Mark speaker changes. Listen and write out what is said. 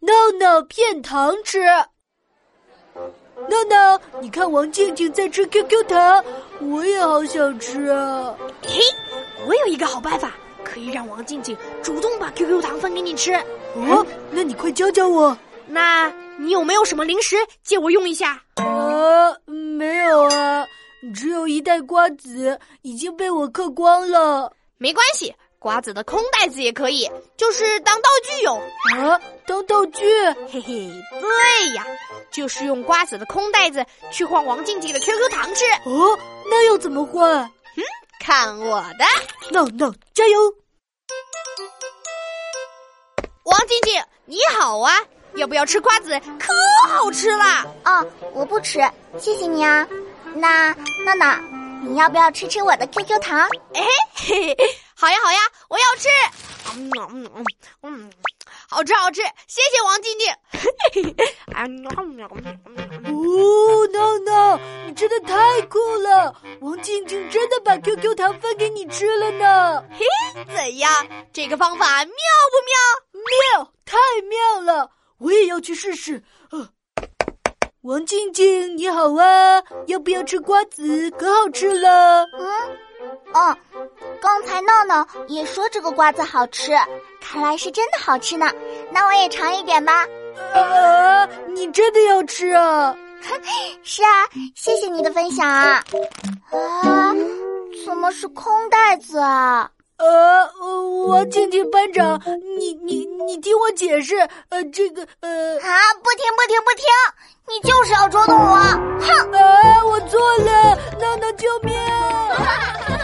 Speaker 1: 闹闹骗糖吃。闹闹，你看王静静在吃 QQ 糖，我也好想吃啊！
Speaker 2: 嘿，我有一个好办法，可以让王静静主动把 QQ 糖分给你吃。
Speaker 1: 哦，那你快教教我。
Speaker 2: 那你有没有什么零食借我用一下？
Speaker 1: 啊，没有啊，只有一袋瓜子已经被我嗑光了。
Speaker 2: 没关系，瓜子的空袋子也可以，就是当道具用。
Speaker 1: 啊，当道具？
Speaker 2: 嘿嘿，对呀，就是用瓜子的空袋子去换王静静的 QQ 糖吃。
Speaker 1: 哦，那要怎么换？
Speaker 2: 看我的，
Speaker 1: 闹闹，加油！
Speaker 2: 王静静，你好啊，要不要吃瓜子？可好吃啦！
Speaker 3: 哦，我不吃，谢谢你啊。那闹闹，你要不要吃吃我的 QQ 糖？
Speaker 2: 嘿嘿，好呀好呀，我要吃。嗯嗯嗯嗯，好吃好吃，谢谢王静静。嘿嘿，啊，
Speaker 1: 哦，闹闹，你真的太酷了！王静静真的把 QQ 糖分给你吃了呢，
Speaker 2: 怎样？这个方法妙不
Speaker 1: 妙，哦太妙了！我也要去试试。呃王静静，你好啊，要不要吃瓜子？可好吃了。
Speaker 3: 哦，刚才闹闹也说这个瓜子好吃，看来是真的好吃呢。那我也尝一点吧。
Speaker 1: 啊，你真的要吃啊？
Speaker 3: 是啊，谢谢你的分享啊。啊，怎么是空袋子啊？
Speaker 1: 呃，呃王静静班长，你你你听我解释，呃，这个呃
Speaker 3: 啊，不听不听不听，你就是要捉弄我。
Speaker 1: 呃啊，我错了，闹闹救命啊！